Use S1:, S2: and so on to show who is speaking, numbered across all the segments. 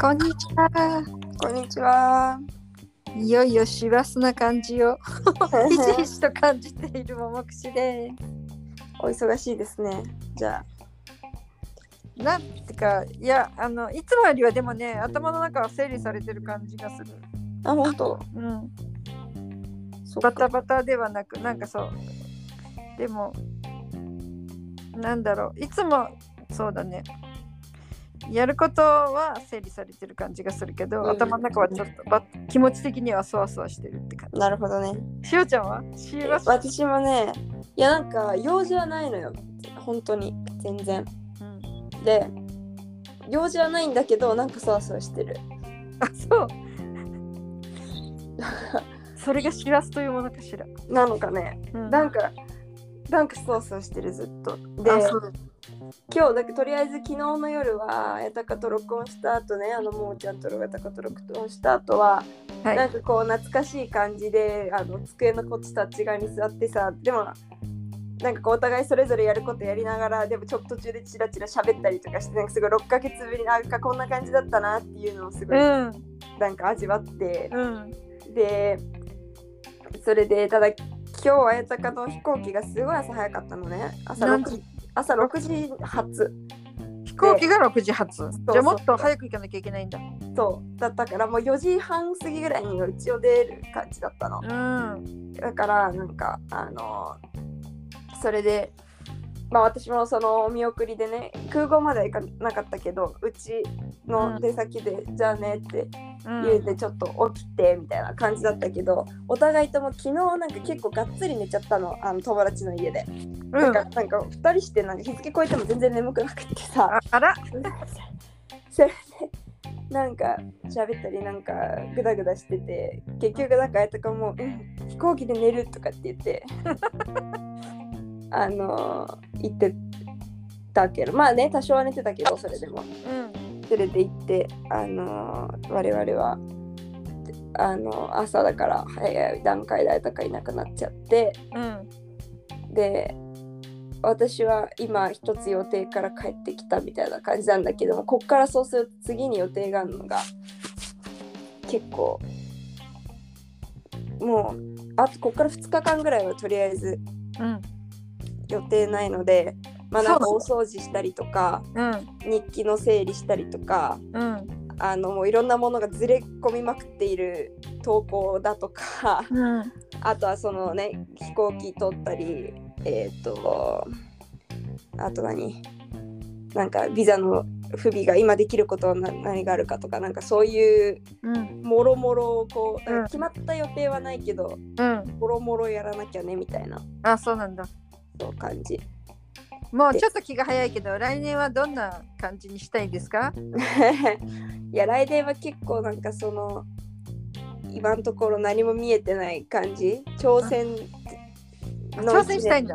S1: こんにちは。
S2: こんにちは。
S1: いよいよ師走な感じをひしひしと感じているももくしで
S2: お忙しいですね。じゃ
S1: す。なんてかいやあのいつもよりはでもね頭の中は整理されてる感じがする。
S2: あ、あ、本当。
S1: うん。
S2: そ
S1: バ
S2: っ
S1: タ
S2: か。
S1: バタではなくなんかそう。でもなんだろういつもそうだね。やることは整理されてる感じがするけど、
S2: うん
S1: 頭の中はちょっとば気持ち的にはそわそわしてるって感
S2: なるほどね。
S1: じ。しおちゃんはしおは
S2: 私もね、いやなんか用事はないのよ。本当に全然。
S1: うん
S2: で、用事はないんだけどなんかそわそわしてる。
S1: あ そう。それがしらすというものかしら。
S2: なのかね。
S1: うん
S2: なんかなんかそわそわしてるずっと。で、
S1: あそう
S2: 今日だけとりあえず昨日の夜はやたかと録音した後ねあのももちゃんとやたかと録音した後は、
S1: はい
S2: なんかこう懐かしい感じであの机のこっちとあっち側に座ってさでもなんかこうお互いそれぞれやることやりながらでもちょっと途中でチラチラ喋ったりとかしてなんかすごい6ヶ月ぶりなんかこんな感じだったなっていうのをすごい
S1: うん
S2: なんか味わって、
S1: うん
S2: でそれでただ今日はやたかの飛行機がすごい朝早かったのね朝
S1: なん
S2: 6
S1: と
S2: 時朝6時発。
S1: 飛行機が6時発
S2: う
S1: じゃあもっと早く行かなきゃいけないんだ
S2: そうだったからもう4時半過ぎぐらいにうちを出る感じだったの
S1: うん
S2: だからなんかあのそれでまあ私もそのお見送りでね空港までは行かなかったけどうち
S1: う
S2: の
S1: ん
S2: 出先で、じゃあねって
S1: うん
S2: 家でちょっと起きてみたいな感じだったけどお互いとも昨日なんか結構がっつり寝ちゃったのあの友達の家で、
S1: う
S2: なん
S1: ん
S2: かなんか2人してなんか日付超えても全然眠くなくてさ
S1: ああら
S2: それでなんか喋ったりなんかグダグダしてて結局なんかあやとかもう、うん、飛行機で寝るとかって言って あのー行ってたけどまあね多少は寝てたけどそれでも
S1: うん
S2: 連れて行ってあのー我々はあの朝だから早い段階であやとかいなくなっちゃって
S1: うん
S2: で私は今一つ予定から帰ってきたみたいな感じなんだけどもこっからそうすると次に予定があるのが結構もうあとこっから2日間ぐらいはとりあえず
S1: うん
S2: 予定ないのでまあなんか
S1: そう
S2: お掃除したりとか
S1: うん
S2: 日記の整理したりとか
S1: うん
S2: あのもういろんなものがずれ込みまくっている投稿だとか
S1: うん
S2: あとはそのね飛行機取ったりえっ、とあと何なんかビザの不備が今できることはな何があるかとかなんかそういう
S1: うん
S2: もろもろをこう、
S1: うん
S2: 決まった予定はないけど
S1: うん
S2: もろもろやらなきゃねみたいな
S1: あそうなんだ
S2: そう感じ
S1: もうちょっと気が早いけど来年はどんな感じにしたいですか
S2: いや来年は結構なんかその今のところ何も見えてない感じ挑戦の
S1: 挑戦したいんだ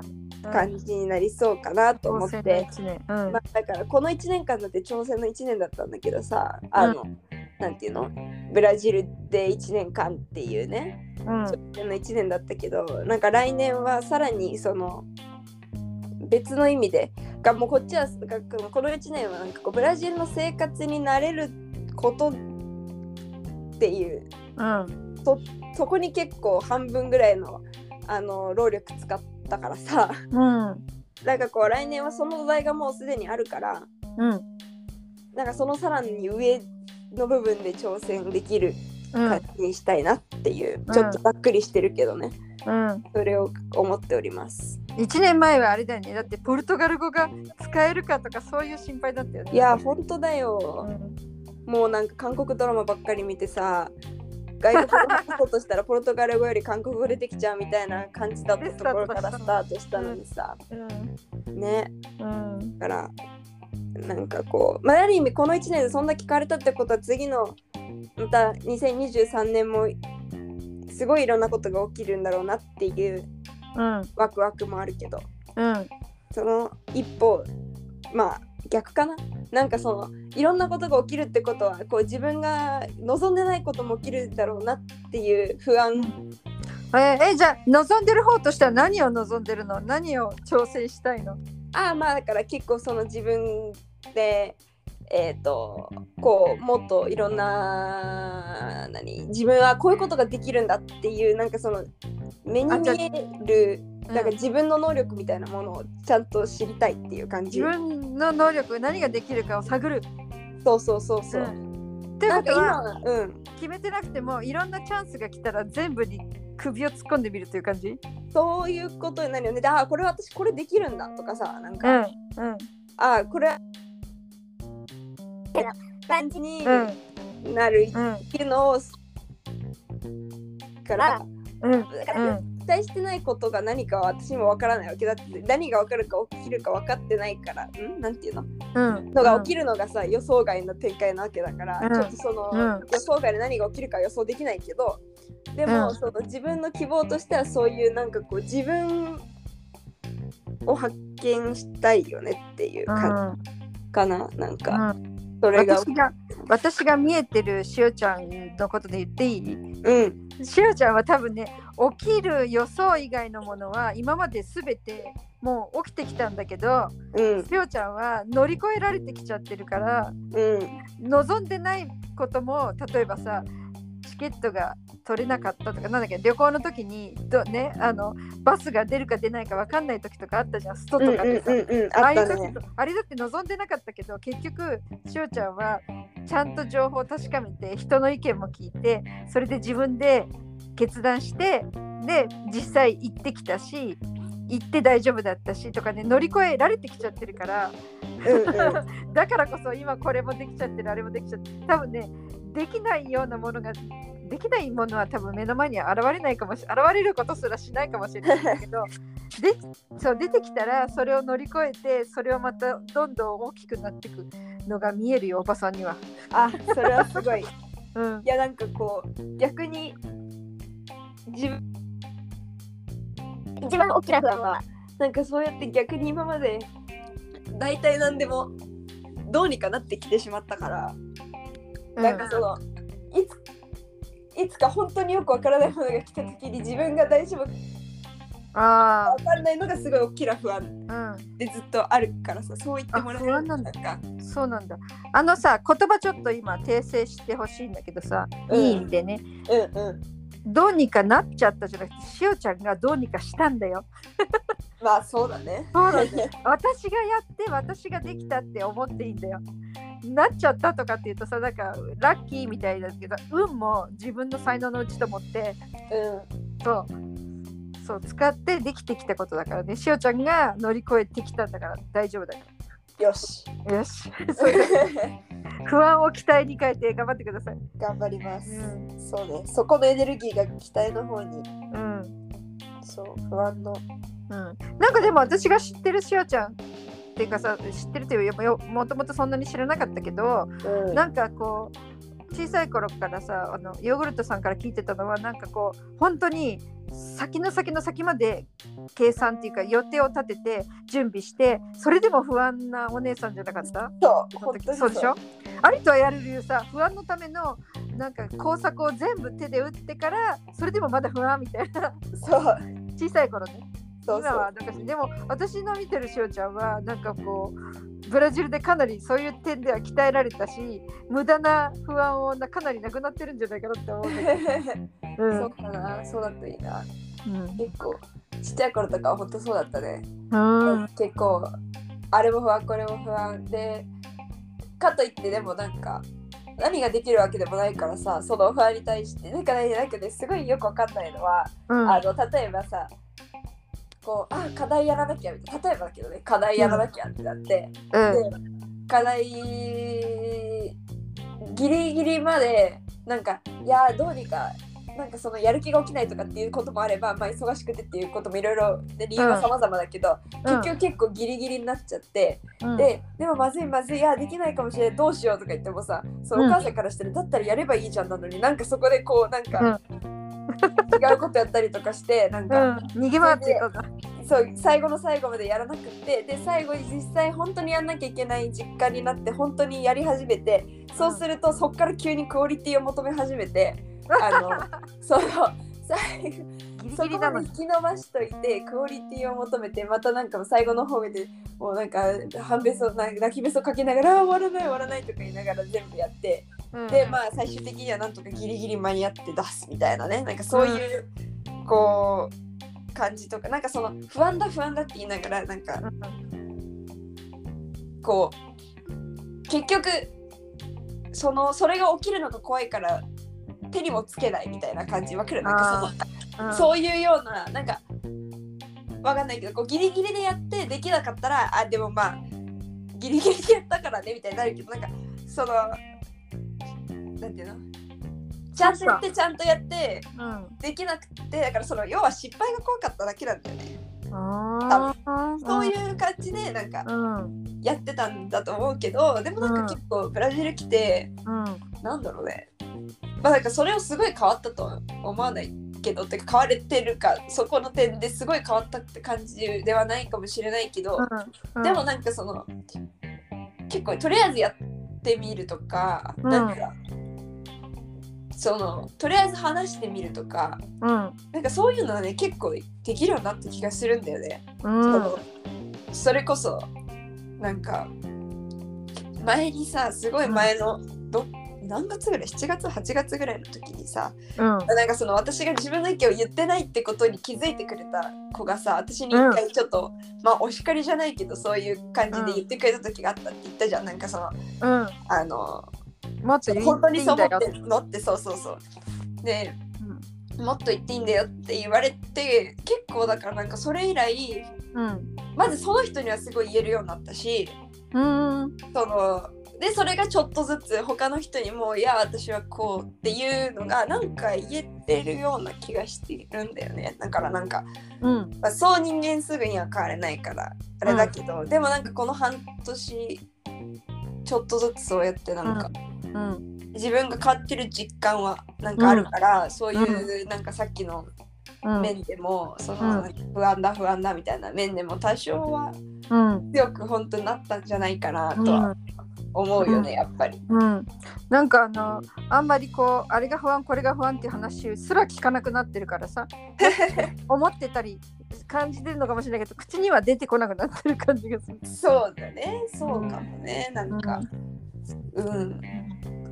S2: 感じになりそうかなと思って。
S1: 1年うん
S2: まあ、だからこの1年間だって挑戦の1年だったんだけどさあの、なんていうのブラジルで1年間っていうね
S1: うん
S2: 挑戦の1年だったけどなんか来年はさらにその別の意味でがもうこっちはがこの1年はなんかこうブラジルの生活に慣れることっていう
S1: うん
S2: そこに結構半分ぐらいのあの労力使ったからさ
S1: うん
S2: なんかこう来年はその土台がもうすでにあるから。
S1: うん
S2: なんかそのさらに上の部分で挑戦できる
S1: うん
S2: 感じにしたいなっていう、
S1: うん
S2: ちょっとざっくりしてるけどね
S1: うん
S2: それを思っております
S1: 1年前はあれだよねだってポルトガル語が使えるかとかそういう心配だったよね
S2: いや本当だ
S1: う
S2: よ
S1: ん
S2: もうなんか韓国ドラマばっかり見てさ外国語話そうとしたらポルトガル語より韓国語出てきちゃうみたいな感じだったところからスタートしたのにさ
S1: うん
S2: ね
S1: うん
S2: だからなんかこう、まあ、ある意味この1年でそんな聞かれたってことは次のまた2023年もすごいいろんなことが起きるんだろうなっていう
S1: うん
S2: ワクワクもあるけど
S1: うん
S2: その一歩まあ逆かななんかそのいろんなことが起きるってことはこう自分が望んでないことも起きるだろうなっていう不安
S1: えーえーじゃあ望んでる方としては何を望んでるの何を挑戦したいの
S2: ああまあだから結構その自分でえっ、とこうもっといろんな何自分はこういうことができるんだっていうなんかその目に
S1: あじゃあ
S2: 見える
S1: うん
S2: なんか自分の能力みたいなものをちゃんと知りたいっていう感じ。
S1: 自分の能力何ができるかを探る。
S2: そうそうそうそう。
S1: うんっていう
S2: な
S1: こ
S2: んか
S1: とは
S2: 今うん
S1: 決めてなくてもいろんなチャンスが来たら全部に首を突っ込んでみるという感じうん
S2: そういうことになるよね。であーこれ私これできるんだとかさなんか、
S1: うん
S2: あーこれ感じに
S1: うん
S2: なるっ
S1: うん
S2: ていうのをから。
S1: うん
S2: だから期待してないことが何かは私もわからないわけだって何がわかるか起きるか分かってないからんなんていうの
S1: うん
S2: のが起きるのがさ予想外の展開なわけだから、
S1: うん
S2: ちょっとその、
S1: うん
S2: 予想外で何が起きるか予想できないけどでも、
S1: うん
S2: その自分の希望としてはそういうなんかこう自分を発見したいよねっていう
S1: うん
S2: か,、かななん
S1: う
S2: か、
S1: ん
S2: それが
S1: 私が私が見えてるしおちゃんのことで言っていい
S2: うん
S1: しおちゃんは多分ね起きる予想以外のものは今まで全てもう起きてきたんだけど
S2: うん
S1: しおちゃんは乗り越えられてきちゃってるから
S2: うん
S1: 望んでないことも例えばさチケットが取れなかったとかなんだっけ旅行の時にど、ね、あのバスが出るか出ないか分かんない時とかあったじゃんスト
S2: うんう
S1: と
S2: ん
S1: かでさ。
S2: うんうん
S1: あ
S2: あ
S1: あ
S2: っ
S1: いう
S2: たね
S1: 時とあれだって望んでなかったけど結局しおちゃんはちゃんと情報を確かめて人の意見も聞いてそれで自分で決断してで実際行ってきたし行って大丈夫だったしとかね乗り越えられてきちゃってるから
S2: うんうん
S1: だからこそ今これもできちゃってるあれもできちゃってる多分ねできないようなものができないものは多分目の前には現れないかもし現れることすらしないかもしれないんだけど でそう出てきたらそれを乗り越えてそれをまたどんどん大きくなっていくのが見えるよおばさんには。
S2: あそれはすごい
S1: うん
S2: いやなんかこう逆に自分一番大きな不安はなんかそうやって逆に今まで大体何でもどうにかなってきてしまったから、なんかそのいついつか本当によくわからないものが来た時に自分が大丈夫か
S1: あ
S2: わかんないのがすごい大きな不安
S1: あ、
S2: でずっとあるからさそう言ってもらえ
S1: あ不
S2: る
S1: 安なんだ
S2: か
S1: うん、そうなんだ。あのさ、言葉ちょっと今訂正してほしいんだけどさ、
S2: うん
S1: いい意味でね、
S2: うんうん
S1: どうにかなっちゃったじゃなくて、しおちゃんがどうにかしたんだよ。
S2: まあそうだね
S1: そうなんだよ私がやって私ができたって思っていいんだよ。なっちゃったとかっていうとさなんかラッキーみたいだけど運も自分の才能のうちと思って
S2: う
S1: そうそう使ってできてきたことだからねしおちゃんが乗り越えてきたんだから大丈夫だか
S2: んよし
S1: らよしそれ不安を期待に変えて頑張ってください。
S2: 頑張ります、
S1: う
S2: そうねそこのエネルギーが期待の方に
S1: うん
S2: そう不安の
S1: うん、なんかでも私が知ってるしおちゃんっていうかさ知ってるというよりもよもともとそんなに知らなかったけど
S2: うん
S1: なんかこう小さい頃からさあのヨーグルトさんから聞いてたのはなんかこう本当に先の先の先まで計算っていうか予定を立てて準備してそれでも不安なお姉さんじゃなかった
S2: そう
S1: その
S2: 本
S1: 時
S2: 当に
S1: そうでしょありとあらゆるさ不安のためのなんか工作を全部手で打ってからそれでもまだ不安みたいな
S2: そう
S1: 小さい頃ね
S2: そう
S1: 今
S2: そう
S1: はなんかでも私の見てるしおちゃんはなんかこうブラジルでかなりそういう点では鍛えられたし無駄な不安をなかなりなくなってるんじゃないかなって思う、う
S2: そうかなそうだといいな
S1: うん
S2: 結構ちっちゃい頃とかは本当そうだったね、
S1: うん
S2: 結構あれも不安これも不安でかといってでもなんか何ができるわけでもないからさその不安に対してなんかねなんかねすごいよくわかんないのは
S1: うん
S2: あの例えばさこうあ課題やらなきゃみたいな例えばだけどね課題やらなきゃってなって、
S1: うん
S2: で課題ギリギリまでなんかいやーどうにかなんかそのやる気が起きないとかっていうこともあれば、まあ、忙しくてっていうこともいろいろで理由は様々だけど、結局結構ギリギリになっちゃって、
S1: うん
S2: ででもまずいまずいいやできないかもしれないどうしようとか言ってもさその
S1: う
S2: お
S1: ん
S2: 母さんからしたら、だったらやればいいじゃんなのになんかそこでこうなんか、
S1: う
S2: 違うことやったりとかしてなん
S1: う
S2: か、
S1: ん、逃げ回ってたんだ。
S2: そう最後の最後までやらなくってで最後に実際本当にやんなきゃいけない実家になって本当にやり始めてそうするとそっから急にクオリティを求め始めてあのその最後
S1: ギリ
S2: そ
S1: ギ
S2: こ
S1: リ
S2: ま
S1: な
S2: で
S1: の
S2: 引き伸ばしといてクオリティを求めてまたなんかもう最後の方でもうなんか半べそな泣きべそかけながらあー終わらない終わらないとか言いながら全部やって
S1: うん
S2: でまあ最終的にはなんとかギリギリ間に合って出すみたいなねなんかそういうこう感じとかなんかその不安だ不安だって言いながらなんか
S1: うん
S2: こう結局そのそれが起きるのが怖いから手にもつけないみたいな感じわかるなんかその
S1: うん
S2: そういうようななんかわかんないけどこうギリギリでやってできなかったらあでもまあギリギリでやったからねみたいになるけどなんかそのなんていうのちゃんとやってちゃんとやって
S1: うん
S2: できなくてだからその要は失敗が怖かっただけなんだよね
S1: あー
S2: そういう感じでなんか
S1: うんうん
S2: やってたんだと思うけどでもなんか結構ブラジル来てなんだろうねまあなんかそれをすごい変わったとは思わないけどてか変われてるかそこの点ですごい変わったって感じではないかもしれないけど、
S1: うん
S2: でもなんかその結構とりあえずやってみるとか、
S1: うん
S2: なんかそのとりあえず話してみるとか
S1: うん
S2: なんかそういうのはね結構できるようになった気がするんだよね。
S1: うん
S2: そのそれこそなんか前にさすごい前のど何月ぐらい7月8月ぐらいの時にさ
S1: うん
S2: なんかその私が自分の意見を言ってないってことに気づいてくれた子がさ私に一回ちょっと、まあお叱りじゃないけどそういう感じで言ってくれた時があったって言ったじゃんなんかその
S1: うん
S2: あの
S1: もっと言
S2: 本当にそう思
S1: い
S2: っ
S1: いんだよ
S2: てるのってそうそうそうでもっと言っていいんだよって言われて結構だからなんかそれ以来
S1: うん
S2: まずその人にはすごい言えるようになったし
S1: うんうん
S2: そのでそれがちょっとずつ他の人にも「いや私はこう」っていうのがなんか言えてるような気がしているんだよねだからなんか、
S1: うん
S2: まあ、そう人間すぐには変われないからあれだけど、でもなんかこの半年ちょっとずつそうやってなんか、
S1: うん
S2: 自分が変わってる実感はなんかあるから、そういうなんかさっきの
S1: うん
S2: 面でも、その
S1: うん
S2: なんか不安だ不安だみたいな面でも多少は
S1: うん
S2: 強く本当になったんじゃないかなと
S1: う
S2: は
S1: ん
S2: 思うよね、やっぱり。
S1: うんなんかあのあんまりこうあれが不安これが不安っていう話すら聞かなくなってるから さ思ってたり感じてるのかもしれないけど口には出てこなくなってる感じがする。
S2: そうだね、そうかもね、なんか、うん、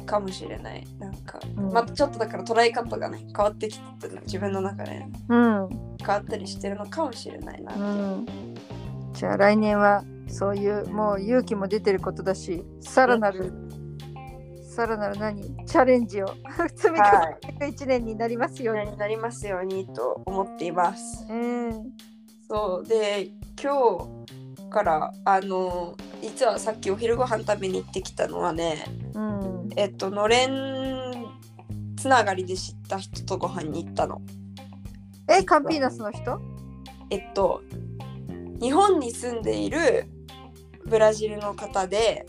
S2: かもしれない。なんか、
S1: うん
S2: またちょっとだから捉え方がね、変わってきてるの、自分の中で
S1: うん
S2: 変わったりしてるのかもしれないな。
S1: うんじゃあ来年はそういうもう勇気も出てることだしさらなる、さらなる何チャレンジを積み重
S2: は
S1: ねていく1年になりますように。
S2: い、なりますようにと思っています。
S1: うん
S2: そうで、今日から、あの、実はさっきお昼ご飯食べに行ってきたのはね、
S1: うん
S2: えっと、のれんつながりで知った人とご飯に行ったの。
S1: えカンピーナスの人
S2: えっと日本に住んでいるブラジルの方で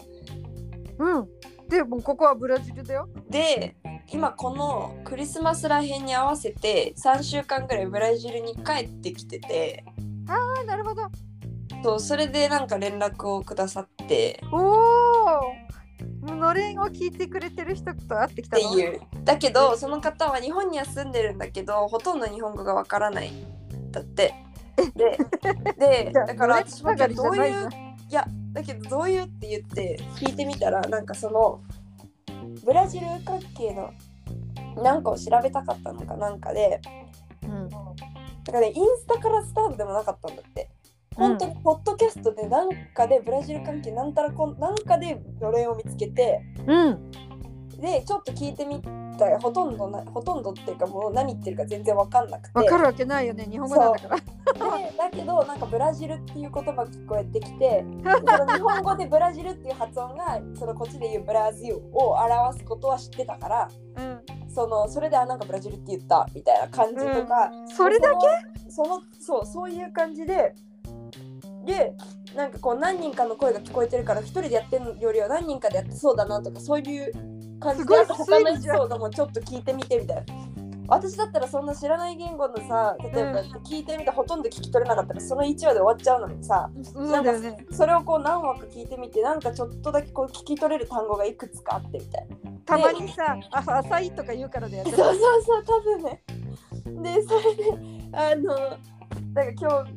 S1: うんでもここはブラジルだよ。
S2: で今このクリスマスらへんに合わせて3週間ぐらいブラジルに帰ってきてて
S1: あなるほど。
S2: そうそれでなんか連絡をくださって
S1: おおのれんを聞いてくれてる人と会ってき
S2: ったて
S1: の
S2: いうだけどその方は日本には住んでるんだけどほとんど日本語がわからないだってで で
S1: じゃあ
S2: だか
S1: の
S2: ら
S1: れん
S2: 私
S1: つ
S2: も
S1: な
S2: 今
S1: が
S2: 日
S1: りじ
S2: ど
S1: ゃ
S2: う
S1: ないいうない
S2: やだけどどういうって言って聞いてみたらなんかそのブラジル関係のなんかを調べたかったのかなんかで
S1: うん
S2: だからねインスタからスタートでもなかったんだって本当にポッドキャストでなんかでブラジル関係なんたらこんなんかでのれんを見つけて
S1: うん
S2: でちょっと聞いてみたらほとんどなほとんどっていうかもう何言ってるか全然わかんなくて
S1: わかるわけないよね日本語なんだから。
S2: でだけどなんかブラジルっていう言葉が聞こえてきてその日本語でブラジルっていう発音がそのこっちで言うブラジルを表すことは知ってたから
S1: うん
S2: そのそれであなんかブラジルって言ったみたいな感じとか、
S1: それだけ
S2: けそのそうそういう感じででなんかこう何人かの声が聞こえてるから一人でやってるよりは何人かでやってそうだなとかそういう感じ
S1: す
S2: で
S1: ごい
S2: あと他の
S1: 推
S2: エ
S1: 理
S2: ピ
S1: じゃん
S2: ソードもちょっと聞いてみてみたいな。私だったらそんな知らない言語のさ例えば
S1: うん
S2: 聞いてみてほとんど聞き取れなかったらその1話で終わっちゃうのにさ
S1: そうだよね。
S2: それをこう何話か聞いてみてなんかちょっとだけこう聞き取れる単語がいくつかあってみたいな。
S1: たまにさ、あ浅いとか言うからだよ
S2: そうそうそう多分ねでそれであのなんか興味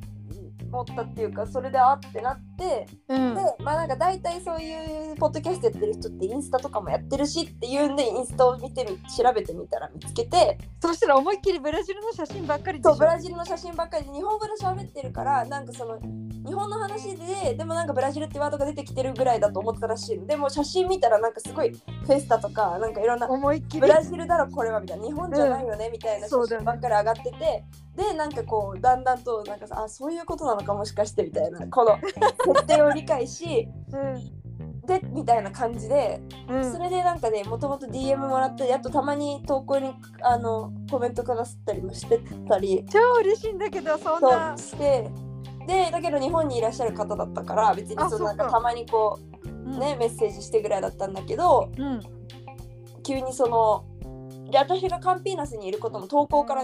S2: 持ったっていうかそれであってなって
S1: うん
S2: でまあなんか大体そういうポッドキャストやってる人ってインスタとかもやってるしっていうんでインスタを見てみ調べてみたら見つけて
S1: そしたら思いっきりブラジルの写真ばっかりでし
S2: そ
S1: ょ
S2: うブラジルの写真ばっかりで日本語で喋ってるからなんかその日本の話ででもなんかブラジルってワードが出てきてるぐらいだと思ってたらしいのでも写真見たらなんかすごいフェスタとかなんかいろんな
S1: 思いっきり
S2: ブラジルだろこれはみたいな日本じゃないよね、みたいな写
S1: そうだよ
S2: 真
S1: ね
S2: ばっかり上がってて、でなんかこうだんだんとなんかさあそういうことなのかもしかしてみたいなこの設定を理解し
S1: うん
S2: でみたいな感じで、
S1: うん
S2: それでなんかねもともと DM もらったりあとたまに投稿にあのコメントくださったりもしてたり
S1: 超嬉しいんだけどそんな
S2: そうして。でだけど日本にいらっしゃる方だったから別に
S1: あ
S2: そう
S1: そ
S2: な
S1: っ
S2: ん
S1: か
S2: かたまにこうね、メッセージしてぐらいだったんだけど、
S1: うんうん
S2: 急にそので私がカンピーナスにいることも投稿から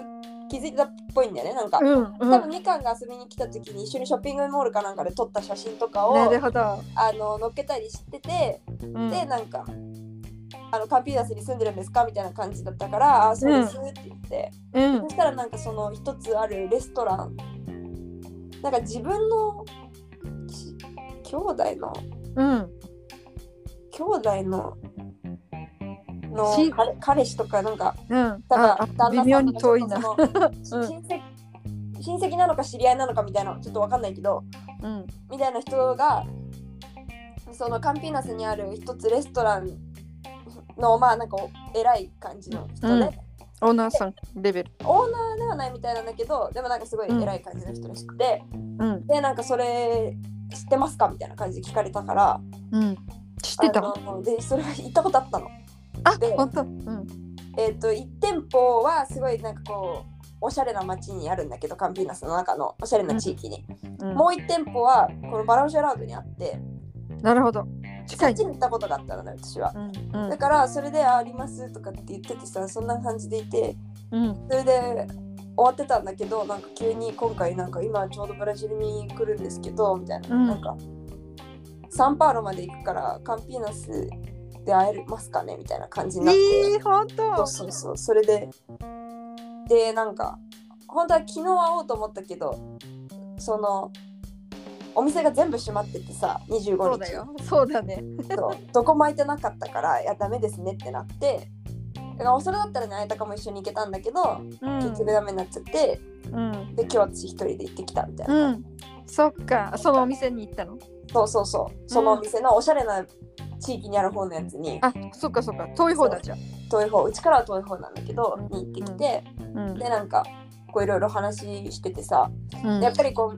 S2: 気づいてたっぽいんだよねなんか、
S1: うんうん
S2: 多分みかんが遊びに来た時に一緒にショッピングモールかなんかで撮った写真とかを
S1: なるほど、
S2: あの載っけたりしてて、
S1: うん
S2: でなんかあのカンピーナスに住んでるんですかみたいな感じだったから「あそうです」って言って、
S1: うん
S2: そしたらなんかその一つあるレストランなんか自分のき兄弟の
S1: うん
S2: 兄弟のの
S1: し
S2: 彼彼氏とかなんか
S1: うん
S2: ただ
S1: あ
S2: 旦那
S1: あ
S2: さん
S1: 微妙に遠いな
S2: とか その親戚親戚なのか知り合いなのかみたいなちょっとわかんないけど
S1: うん
S2: みたいな人がそのカンピーナスにある一つレストランのまあなんか偉い感じの人で、
S1: オーナーさんレベル
S2: オーナーではないみたいなんだけどでもなんかすごい偉い感じの人らしくて、
S1: うん
S2: でなんかそれ知ってますかみたいな感じで聞かれたから
S1: うん知ってた
S2: あのでそれ行ったことあったの。
S1: あ
S2: で
S1: 本当うん
S2: えっと1店舗はすごいなんかこうおしゃれな街にあるんだけどカンピーナスの中のおしゃれな地域に、
S1: うん
S2: もう1店舗はこのバランシェラードにあって
S1: なるほど
S2: そ
S1: 近
S2: っ
S1: い
S2: ちに行ったことがあったのね私は
S1: う、ん
S2: だからそれであありますとかって言っててさそんな感じでいて
S1: うんうん
S2: それで終わってたんだけどなんか急に今回なんか今ちょうどブラジルに来るんですけどみたいな,、
S1: うん
S2: なんかサンパウロまで行くからカンピーナスで会えますかねみたいな感じになって。
S1: えー、本
S2: そ
S1: 当
S2: うそうそうそれででなんか本当は昨日会おうと思ったけどそのお店が全部閉まっててさ25日
S1: そうだよそうだね
S2: そうどこも開いてなかったからいやダメですねってなってだからそれだったらね会えたかも一緒に行けたんだけど、
S1: うん
S2: 結局ダメになっちゃって
S1: うん
S2: で今日私一人で行ってきたみたいな、
S1: うんそっかそのお店に行ったの
S2: そうそうそうそのお店のおしゃれな地域にある方のやつに
S1: あそっかそっか遠い方だじゃん
S2: 遠い方うちからは遠い方なんだけど
S1: うん
S2: に行ってきて
S1: うん
S2: でなんかこういろいろ話しててさ
S1: うん
S2: やっぱりこう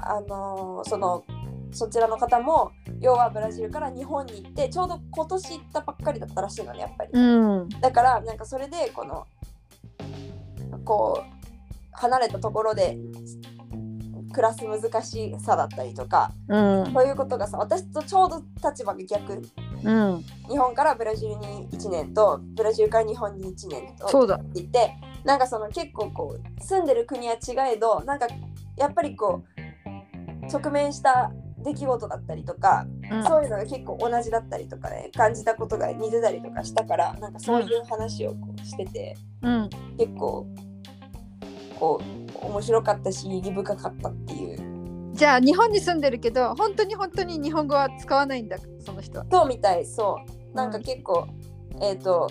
S2: あのーそのそちらの方も要はブラジルから日本に行ってちょうど今年行ったばっかりだったらしいのねやっぱり、
S1: うん
S2: だからなんかそれでこのこう離れたところで暮らす難しさだったりとか
S1: うん
S2: そういうことがさ私とちょうど立場が逆
S1: うん
S2: 日本からブラジルに1年とブラジルから日本に1年と
S1: そうだ
S2: って言ってなんかその結構こう住んでる国は違えどなんかやっぱりこう直面した出来事だったりとか、
S1: うん
S2: そういうのが結構同じだったりとかね感じたことが似てたりとかしたからなんかそういう話をこうしてて、
S1: うん
S2: 結構こう面白かったし意義深かったっていう
S1: じゃあ日本に住んでるけど本当に本当に日本語は使わないんだその人は
S2: とみたいそうなんか結構、えっ、と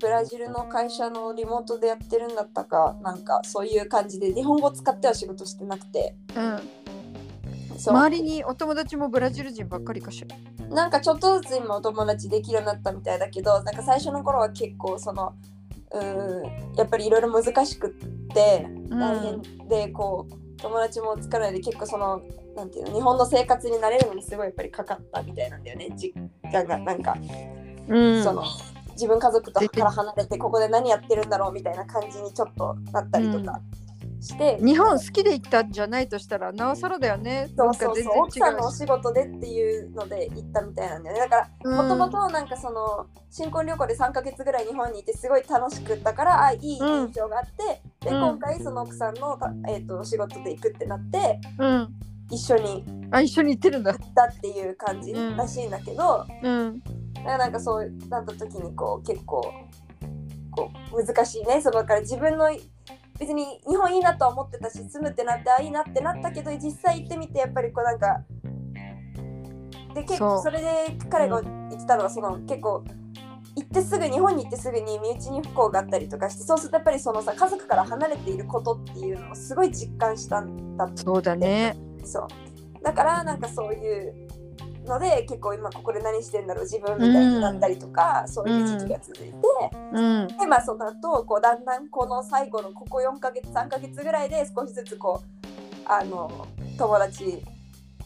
S2: ブラジルの会社のリモートでやってるんだったかなんかそういう感じで日本語使っては仕事してなくて
S1: うん
S2: そう
S1: 周りにお友達もブラジル人ばっかりかしら
S2: なんかちょっとずつ今お友達できるようになったみたいだけどなんか最初の頃は結構そのうーんやっぱりいろいろ難しくって大変でこう友達もつかないで結構そのなんていうの日本の生活に慣れるのにすごいやっぱりかかったみたいなんだよね実家がなんか、
S1: うん
S2: その自分家族とから離れてここで何やってるんだろうみたいな感じにちょっとなったりとかして、
S1: 日本好きで行ったんじゃないとしたらなおさらだよね
S2: そ
S1: な
S2: うん
S1: か
S2: そう
S1: 全
S2: そ
S1: 然
S2: う
S1: 違う
S2: 奥さんのお仕事でっていうので行ったみたいなんだよねだからもともとなんかその新婚旅行で3ヶ月ぐらい日本にいてすごい楽しくったからあいい印象があって、で
S1: うん
S2: 今回その奥さんの、たえー、と仕事で行くってなって
S1: うん
S2: 一緒に
S1: うんあ一緒に行ってるんだ
S2: 行ったっていう感じ
S1: うん
S2: らしいんだけど、
S1: うん
S2: だからなんかそうなった時にこう結構こう難しいねそのだから自分の別に日本いいなとは思ってたし住むってなってあいいなってなったけど実際行ってみてやっぱりこうなんかで結構
S1: そ
S2: それで彼が言ってたのはその、結構行ってすぐ日本に行ってすぐに身内に不幸があったりとかしてそうするとやっぱりそのさ家族から離れていることっていうのをすごい実感したんだって
S1: そうだね。
S2: そうだからなんかそういうので結構今ここで何してんだろう自分
S1: うん
S2: みたいになったりとか、そういう時期が続いて、
S1: うん。
S2: でまあその後こうだんだんこの最後のここ4ヶ月3ヶ月ぐらいで少しずつこうあの友達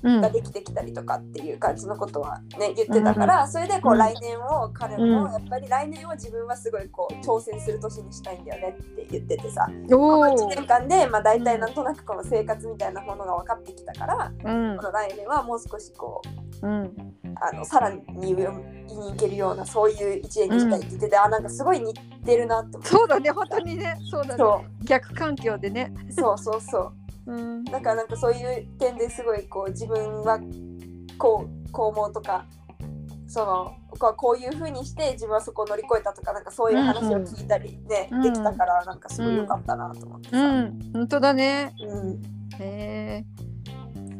S1: うん
S2: が。できてきたりとかっていう感じのことはね言ってたから、それでこ
S1: う
S2: うん来年を彼も
S1: うん
S2: やっぱり来年を自分はすごいこう挑戦する年にしたいんだよねって言っててさこの
S1: お
S2: 1
S1: お。
S2: 年間でまあ大体なんとなくこの生活みたいなものが分かってきたから。
S1: うん
S2: こ。の来年はもう少しこう
S1: うん。
S2: あのさらに上に行けるようなそういう一年にしたいって言ってて、あなんかすごい似てるなって思って
S1: そうだね、本当にね。そうだね。
S2: そ
S1: 逆環境でね。
S2: うそうそうそ
S1: うん
S2: う。だからなんかそういう点ですごいこう自分はこうこう思うとかそのこうこういうふうにして自分はそこを乗り越えたとかなんかそういう話を聞いたりね、
S1: うんうん
S2: できたからなんかすごい良かったなと思ってさ、
S1: うん。本当だね。
S2: うん
S1: へえ。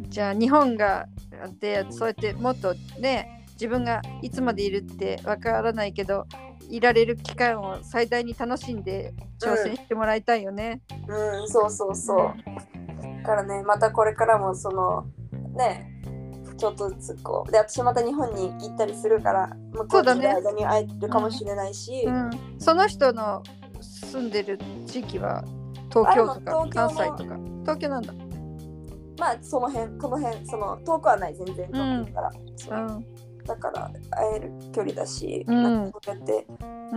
S1: じゃあ、日本が。で、そうやって、もっとね。自分がいつまでいるってわからないけど。いられる期間を最大に楽しんで挑戦してもらいたいよね。
S2: うん、そうそうそう。だからね、またこれからもそのね、ちょっとずつこう。で、私また日本に行ったりするから、向こ
S1: そううだ
S2: にい
S1: ね
S2: る間に会えるかもしれないし、
S1: うん。その人の住んでる地域は東京と
S2: あ
S1: か
S2: でも
S1: 関
S2: 東
S1: 西
S2: 京も
S1: とか東京なんだ。
S2: まあその辺、この辺、その遠くはない、全然遠くから。そう
S1: う
S2: だから会える距離だし、
S1: うん
S2: なんかそうやって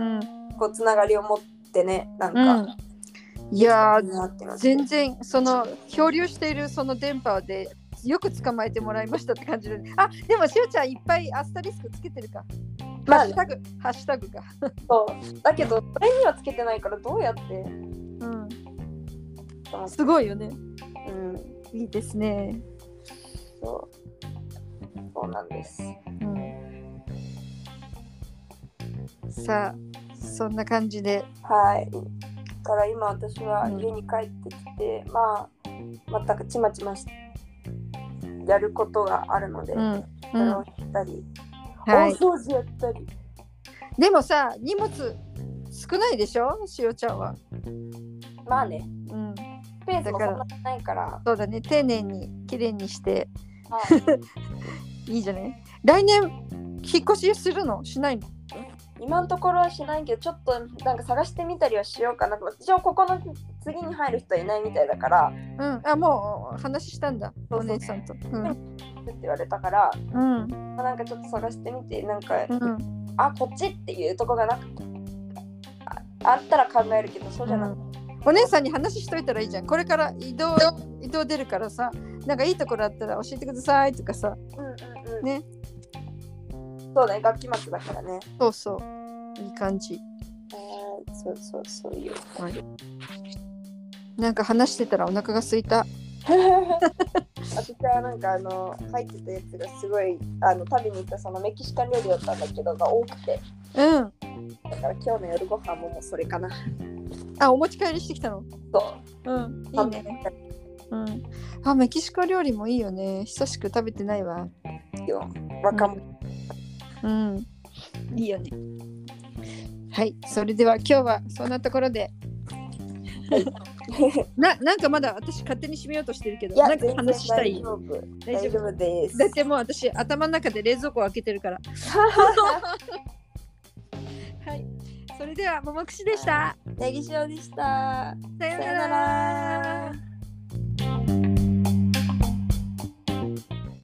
S1: ん。うん。
S2: こうつながりを持ってね、なんか、
S1: うん、いやー
S2: なってます
S1: 全然その漂流しているその電波でよく捕まえてもらいましたって感じであでもしおちゃんいっぱいアスタリスクつけてるか、
S2: ま
S1: ハ
S2: あ
S1: ッシュタグハッシュタグが、
S2: そうだけど、それにはつけてないから、どうやって
S1: うん、
S2: と思って
S1: すごいよね
S2: うん、
S1: いいですね、
S2: そう。そうなんです。
S1: うん、さあそんな感じで
S2: はい。だから今私は家に帰ってきて、まあ全くちまちましやることがあるので、
S1: う
S2: そ
S1: ん、う
S2: れ
S1: ん
S2: をしたり、
S1: は
S2: 大
S1: い、
S2: 掃除やったり、
S1: でもさ荷物少ないでしょしおちゃんは、
S2: まあね、
S1: うん、
S2: スペースもそんなにないから、
S1: そうだね丁寧に綺麗にして
S2: はい
S1: いじゃない来年引っ越しするのしないの
S2: 今のところはしないけど、ちょっとなんか探してみたりはしようかなと。一応ここの次に入る人はいないみたいだから、
S1: うんあもう話したんだ
S2: そう
S1: お
S2: そう
S1: 姉さんとうん
S2: って言われたから、
S1: うん
S2: まあなんかちょっと探してみて、なんか、
S1: うん
S2: あ、こっちっていうとこがなくああったら考えるけど、そうじゃなくて
S1: お姉さんに話しといたらいいじゃんこれから移動移動出るからさなんかいいところあったら教えてくださいとかさ
S2: うんうんうん
S1: ね。
S2: そうね、楽器末だからね。
S1: そうそういい感じ
S2: そうそうそう いう。
S1: なんか話してたらお腹が空いた
S2: 私はなんかあの入ってたやつがすごいあの食べに行ったそのメキシカン料理だったんだけどが多くて
S1: うん
S2: だから今日の夜ご飯ももうそれかな。
S1: あお持ち帰りしてきたの
S2: そ
S1: うん
S2: う。
S1: いいねうんあメキシコ料理もいいよね久しく食べてないわ
S2: よ。若者。
S1: うんいいよねはいそれでは今日はそんなところで ななんかまだ私勝手に締めようとしてるけど
S2: いや
S1: なんか話したい
S2: 全然大
S1: 大丈夫
S2: 丈夫大丈夫です
S1: だっ。てもう私頭の中で冷蔵庫を開けてる からはいそれではももくしでした
S2: ネギ塩でした。
S1: さような
S2: さよな
S1: ら
S2: ら。